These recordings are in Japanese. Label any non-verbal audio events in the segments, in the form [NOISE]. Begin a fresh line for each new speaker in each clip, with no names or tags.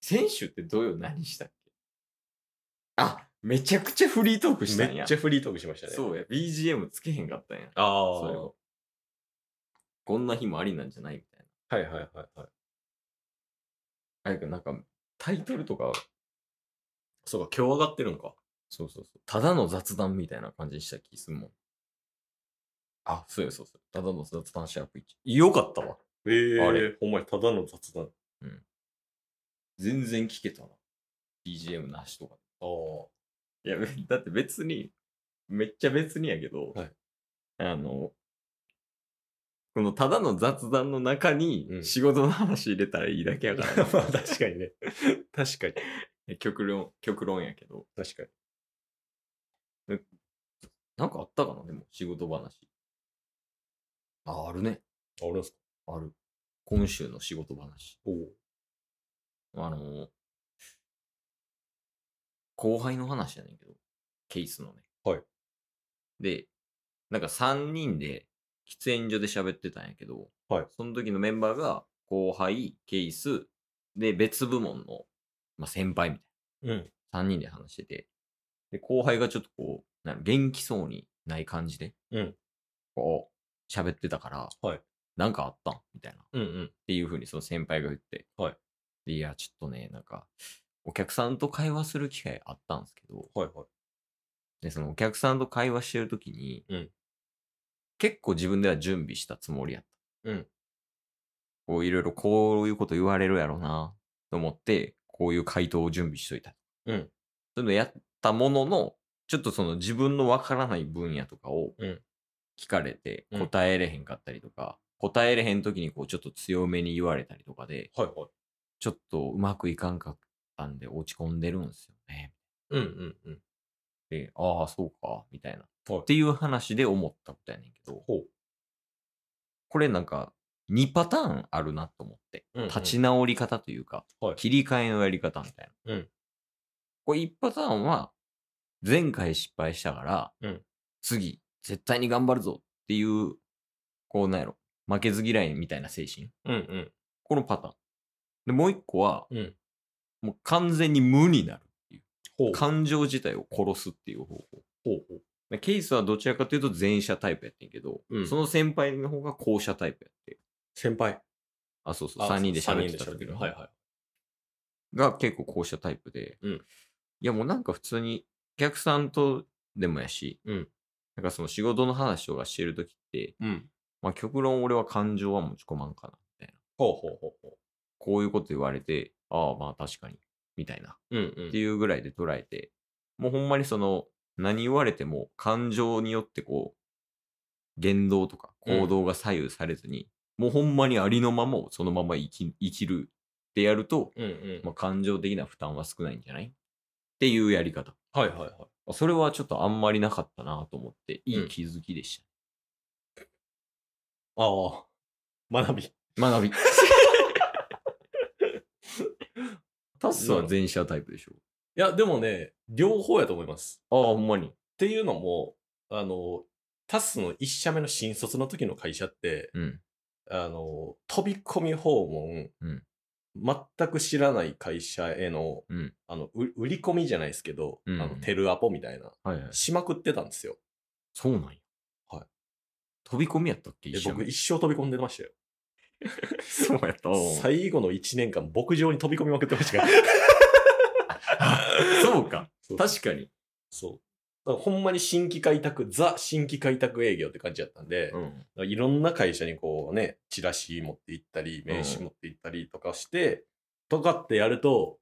選手って土曜何したっけあ、めちゃくちゃフリートークしたんや。
めっちゃフリートークしましたね。
そうや、BGM つけへんかったんや。
ああ。
それを。こんな日もありなんじゃないみたい
はいはいはいはい。
な。あやくんなんか、タイトルとか、
そうか、今日上がってるのか。
そうそうそう。ただの雑談みたいな感じにした気すんもん。あ、そうやそうそう。ただの雑談シャープ1。よかったわ。
ええ
あ
あ
れ
れ、ほんまにただの雑談。
全然聞けたな。BGM なしとか。
ああ。
いや、 [LAUGHS] べだって別に、めっちゃ別にやけど、
はい
あの、 [LAUGHS] このただの雑談の中に
うん
仕事の話入れたらいいだけやからな、
まあ [LAUGHS] 確かにね。確か
[LAUGHS]
に。
極論、極論やけど。
確かに。
なんかあったかなでも、仕事話。あ、あるね。
あ、俺ですか
ある。今週の仕事話。
おう
あの、後輩の話やねんけど、ケースのね。
はい。
で、なんか3人で喫煙所で喋ってたんやけど、
はい
その時のメンバーが後輩、ケース、で、別部門の、まあ、先輩みたい
うん。
な。3人で話してて、で、後輩がちょっとこう、なんか元気そうにない感じで、
うん
こう、喋ってたから、
はい
なんかあったんみたいな。
うんうん。
っていうふうにその先輩が言って、
はい
でいや、ちょっとね、なんか、お客さんと会話する機会あったんですけど、
はいはい。
で、そのお客さんと会話してるときに、
うん
結構自分では準備したつもりやった。
うん
こう、いろいろこういうこと言われるやろうな、と思って、こういう回答を準備しといた。
うん
そういうのやったものの、ちょっとその自分のわからない分野とかを
うん
聞かれて、
うん
答えれへんかったりとか、答えれへんときにこう、ちょっと強めに言われたりとかで、
はいはい。
ちょっとうまくいかんかったんで落ち込んでるんですよね。
うんうんうん。
で、ああ、そうか、みたいな。
はい
っていう話で思ったことやねんけど、
ほう。
これなんか2パターンあるなと思って、
うんうん
立ち直り方というか、
はい
切り替えのやり方みたいな。
うん
これ1パターンは、前回失敗したから、
うん
次、絶対に頑張るぞっていう、こうなんやろ、負けず嫌いみたいな精神。
うんうん。
このパターン。で、もう1個は、
うん
もう完全に無になるっていう。
ほう。
感情自体を殺すっていう方法。
ほうほう。
でケイスはどちらかというと前者タイプやってんけど、
うん
その先輩の方が後者タイプやって。
先輩。
あ、そうそう、3人で喋ってた
三
時
人で喋
の、
はいはい。
が結構後者タイプで、
うん
いやもうなんか普通にお客さんとでもやし、
うん
なんかその仕事の話とかしてる時って、
うん。
まあ極論俺は感情は持ち込まんかな、みたいな。
ほうほうほうほ
こういうこと言われて、ああまあ確かに、みたいな。
う。うんう
っていうぐらいで捉えて、もうほんまにその、何言われても感情によってこう、言動とか行動が左右されずに、もうほんまにありのままをそのまま生き生きるってやると、
うんうん。
まあ、感情的な負担は少ないんじゃないっていうやり方。
はいはいはい。
それはちょっとあんまりなかったなと思って、い
うん
い気づきでし
ああ。学び。
た。学 [LAUGHS] び。タスは前者タイプでしょ。
いや、でもね、両方やと思います。
ああ、ほんまに。
っていうのも、あの、タスの一社目の新卒の時の会社って、
うん。
あの、飛び込み訪問、
うん
全く知らない会社への、
うん
あの、う売り込みじゃないですけど、
うん
あの、テルアポみたいな、
はいはい。
しまくってたんですよ。
そうなんや。
はい。
飛び込みやったっけ
で
一緒
僕
に
一生飛び込んでましたよ。
[LAUGHS] そうやった。そ
最後の1年間、牧場に飛び込みまくってましたか
[LAUGHS]
ら。
うか。
そう
確かに。
そう。だからほんまに新規開拓、ザ新規開拓営業って感じだったんで、
うん。
いろんな会社にこうね、チラシ持って行ったり、
うん
名刺持って行ったりとかして、とかってやると、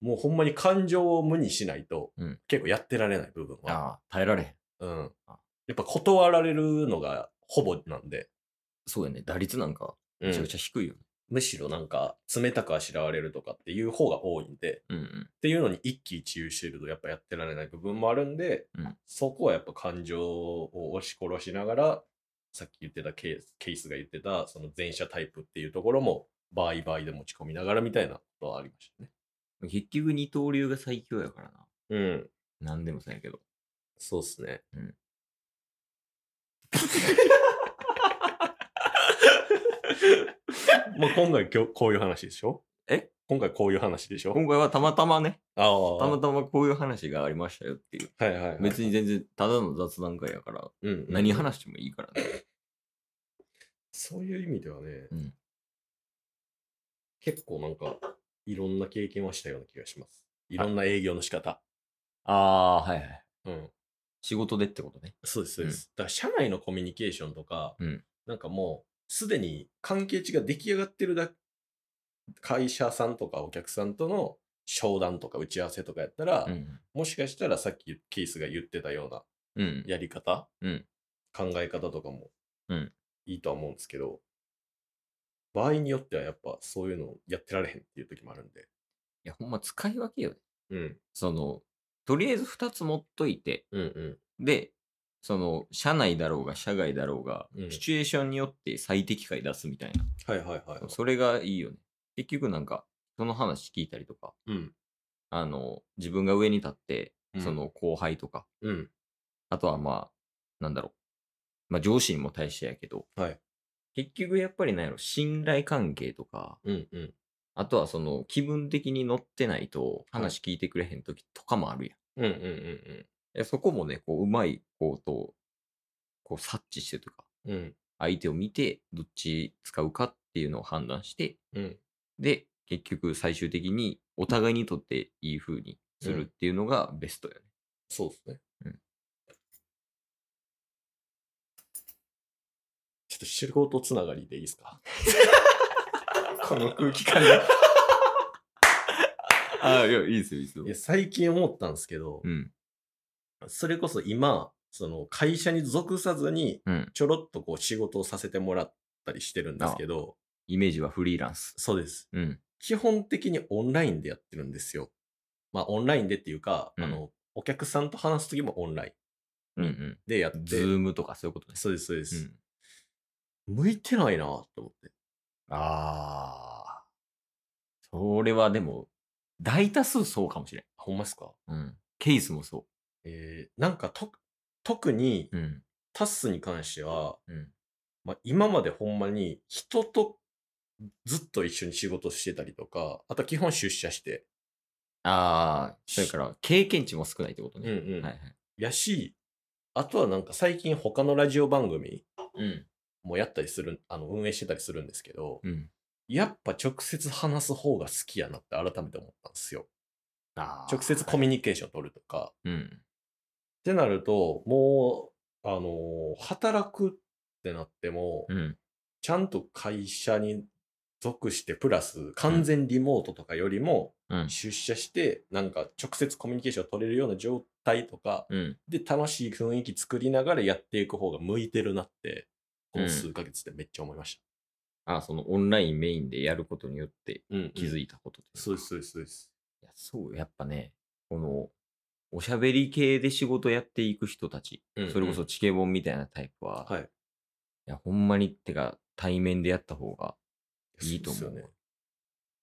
もうほんまに感情を無にしないと、
うん
結構やってられない部分
あ
は。
あ、耐えられへん。
うん
あ。
やっぱ断られるのがほぼなんで、
そうやね。打率なんか、
うん
めちゃくちゃ低いよね。
むしろなんか冷たくあしらわれるとかっていう方が多いんで、
うんうん。
っていうのに一喜一憂してるとやっぱやってられない部分もあるんで、
うん
そこはやっぱ感情を押し殺しながらさっき言ってたケースケースが言ってたその前者タイプっていうところも倍々で持ち込みながらみたいなことはありましたね。
結局二刀流が最強やからな。
うん、
なんでもそうやけど。
そうっすね。
[LAUGHS] うん
まあ今回今日こういう話でしょ
え
今回こういう話でしょ
[LAUGHS] 今回はたまたまね、
ああ。
たまたまこういう話がありましたよっていう。
はいはいはい。
別に全然ただの雑談会やから、
うんうん、
何話してもいいからね。
そういう意味ではね、
うん
結構なんか、いろんな経験はしたような気がします。いろんな営業の仕方。
ああー、はいはい。
うん。
仕事でってことね。
そうです、そうです。だから、社内のコミュニケーションとか、
うん
なんかもう、すでに関係値が出来上がってるだ会社さんとかお客さんとの商談とか打ち合わせとかやったら、
うん。
もしかしたらさっきケースが言ってたような
うん。
やり方、
うん
考え方とかも
うん
いいとは思うんですけど、場合によってはやっぱそういうのやってられへんっていう時もあるんで。
いや、ほんま使い分けよね。
うん。
その、とりあえず2つ持っといて、
うんうん。
で、その、社内だろうが、社外だろうが、
うん
シチュエーションによって最適解出すみたいな。
はいはいはい。
それがいいよね。結局なんか、その話聞いたりとか、
うん。
あの、自分が上に立って
う、ん
その後輩とか、
うん。
あとはまあ、なんだろう。まあ上司にも対してやけど、
はい
結局やっぱりなんやろ、信頼関係とか、
うんうん。
あとはその気分的に乗ってないと話聞いてくれへん時とかもあるやん。
うんうんうん
えそこもね、こう、うまいことを、こう、察知してとか、
うん。うん。
相手を見て、どっち使うかっていうのを判断して、
うん。
で、結局、最終的に、お互いにとっていい風にするっていうのがベストよね。
そうですね。
うん
ちょっと仕事つながりでいいですか [LAUGHS]
この空 [LAUGHS] 気感が。ああ、いや、いいですよ、いいですよ
いや。最近思ったんですけど、
うん。
それこそ今、その会社に属さずに、
うん。
ちょろっとこう仕事をさせてもらったりしてるんですけど、
イメージはフリーランス。
そうです。
うん。
基本的にオンラインでやってるんですよ。まあオンラインでっていうか、
うん
あの、お客さんと話すときもオンライ
う
ン
んうん。
でやって、
ズームとかそういうことです。
そうです、そうです、
うん。
向いてないなと思って。
ああ。それはでも、大多数そうかもしれ
ほんまっすか
ん。うん。ケースもそ
えー、なんかと、特に
う。うん。
タスに関しては、
うん。
まあ今までほんまに人とずっと一緒に仕事してたりとか、あと基本出社して、
ああ、それから経験値も少ないってこと
うんう
ね。
ん、
はいはい。
やし、あとはなんか最近他のラジオ番組
うん。
もやったりする、あの、運営してたりするんですけど、
うん。
やっぱ直接話す方が好きやなって改めて思ったんですよ。
あ
直接コミュニケーション取るとか。
うん。
ってなると、もう、あのー働くってなっても、
うん。
ちゃんと会社に属して、プラス完全リモートとかよりも、
うん。
出社して、なんか直接コミュニケーション取れるような状態とか、
うん。
で、楽しい雰囲気作りながらやっていく方が向いてるなって、こ
う
の
ん
数ヶ月でめっちゃ思いまし
ああ、そのオンラインメインでやることによって
た。うん
気づ
い
いたことといか
そうです、そうです、そうです。
いやそう、やっぱね、この、おしゃべり系で仕事やっていく人たち、
うんうん
それこそチケボンみたいなタイプは、
はい
いや、ほんまに、てか、対面でやった方が、いいと思う
そですよね。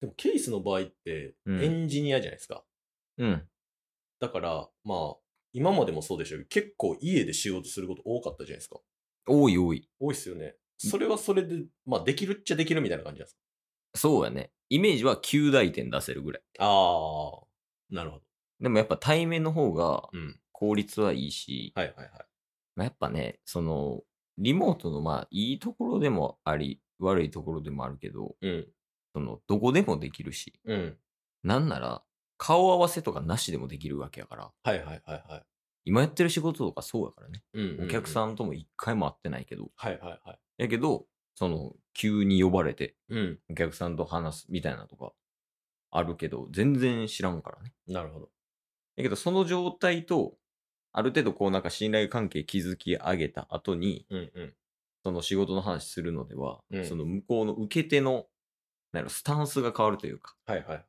でも、ケースの場合って、
うん
エンジニアじゃないですか。
うん。
だから、まあ、今までもそうでしたけど、結構家で仕事すること多かったじゃないですか。
多い多い。
多いっすよね。それはそれで、まあ、できるっちゃできるみたいな感じなんです
そうやね。イメージは9大点出せるぐらい。
かああ、なるほど。
でもやっぱ対面の方が
うん。
効率はいいし、
はいはいはい。
まあ、やっぱね、その、リモートのまあ、いいところでもあり、悪いところでもあるけど、
うん。
その、どこでもできるし、
うん。
なんなら、顔合わせとかなしでもできるわけやから、
はいはいはいはい。
今やってる仕事とかそうやからね、
うんうんうん
お客さんとも一回も会ってないけど、
はいはいはい。
やけど、その、急に呼ばれて、
うん。
お客さんと話すみたいなとか、あるけど、全然知らんからね。
なるほど。
やけど、その状態と、ある程度こうなんか信頼関係築き上げた後に、
うんうん。
その仕事の話するのでは、
うん
その向こうの受け手の、なんやろスタンスが変わるというか、
はいはいはい。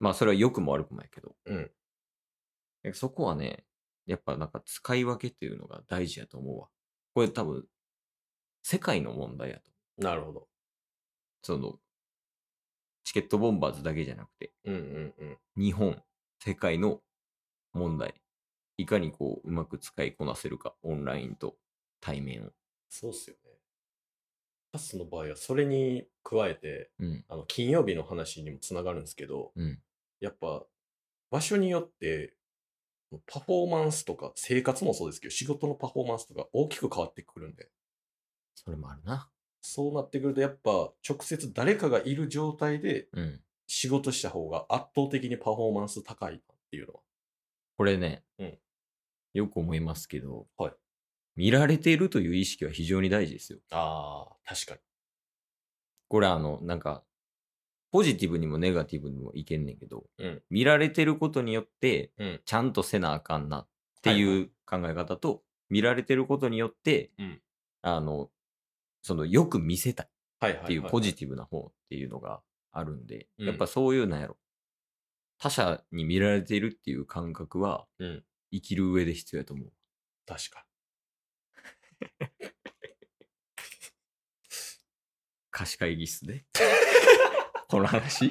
まあそれは良くも悪くもやけど、
うん
なんかそこはね、やっぱなんか使い分けっていうのが大事やと思うわ。これ多分、世界の問題やと。
なるほど。
その、チケットボンバーズだけじゃなくて、
うんうんうん。
日本、世界の問題。いかにこう、うまく使いこなせるか、オンラインと対面を。
そうっすよね。カスの場合はそれに加えて、
うん
あの金曜日の話にもつながるんですけど、
うん
やっぱ場所によってパフォーマンスとか生活もそうですけど仕事のパフォーマンスとか大きく変わってくるんで
それもあるな。
そうなってくるとやっぱ直接誰かがいる状態で
うん。
仕事した方が圧倒的にパフォーマンス高いなっていうのは
これね、
うん
よく思いますけど、
はい
見られているという意識は非常に大事ですよ。
あー確かに
これあの、なんか、ポジティブにもネガティブにもいけんねんけど、
うん
見られてることによって
うん、
ちゃんとせなあかんなっていう考え方と、見られてることによって、
うん
あの、その、よく見せたい
はいはい
っていうポジ
テ
ティブな方っていうのがあるんで、
うん
やっぱそういうなんやろ。他者に見られているっていう感覚は、
ィブ、うん、
生きる上で必要やと思う。
確か
[LAUGHS] 貸し会議室で。この話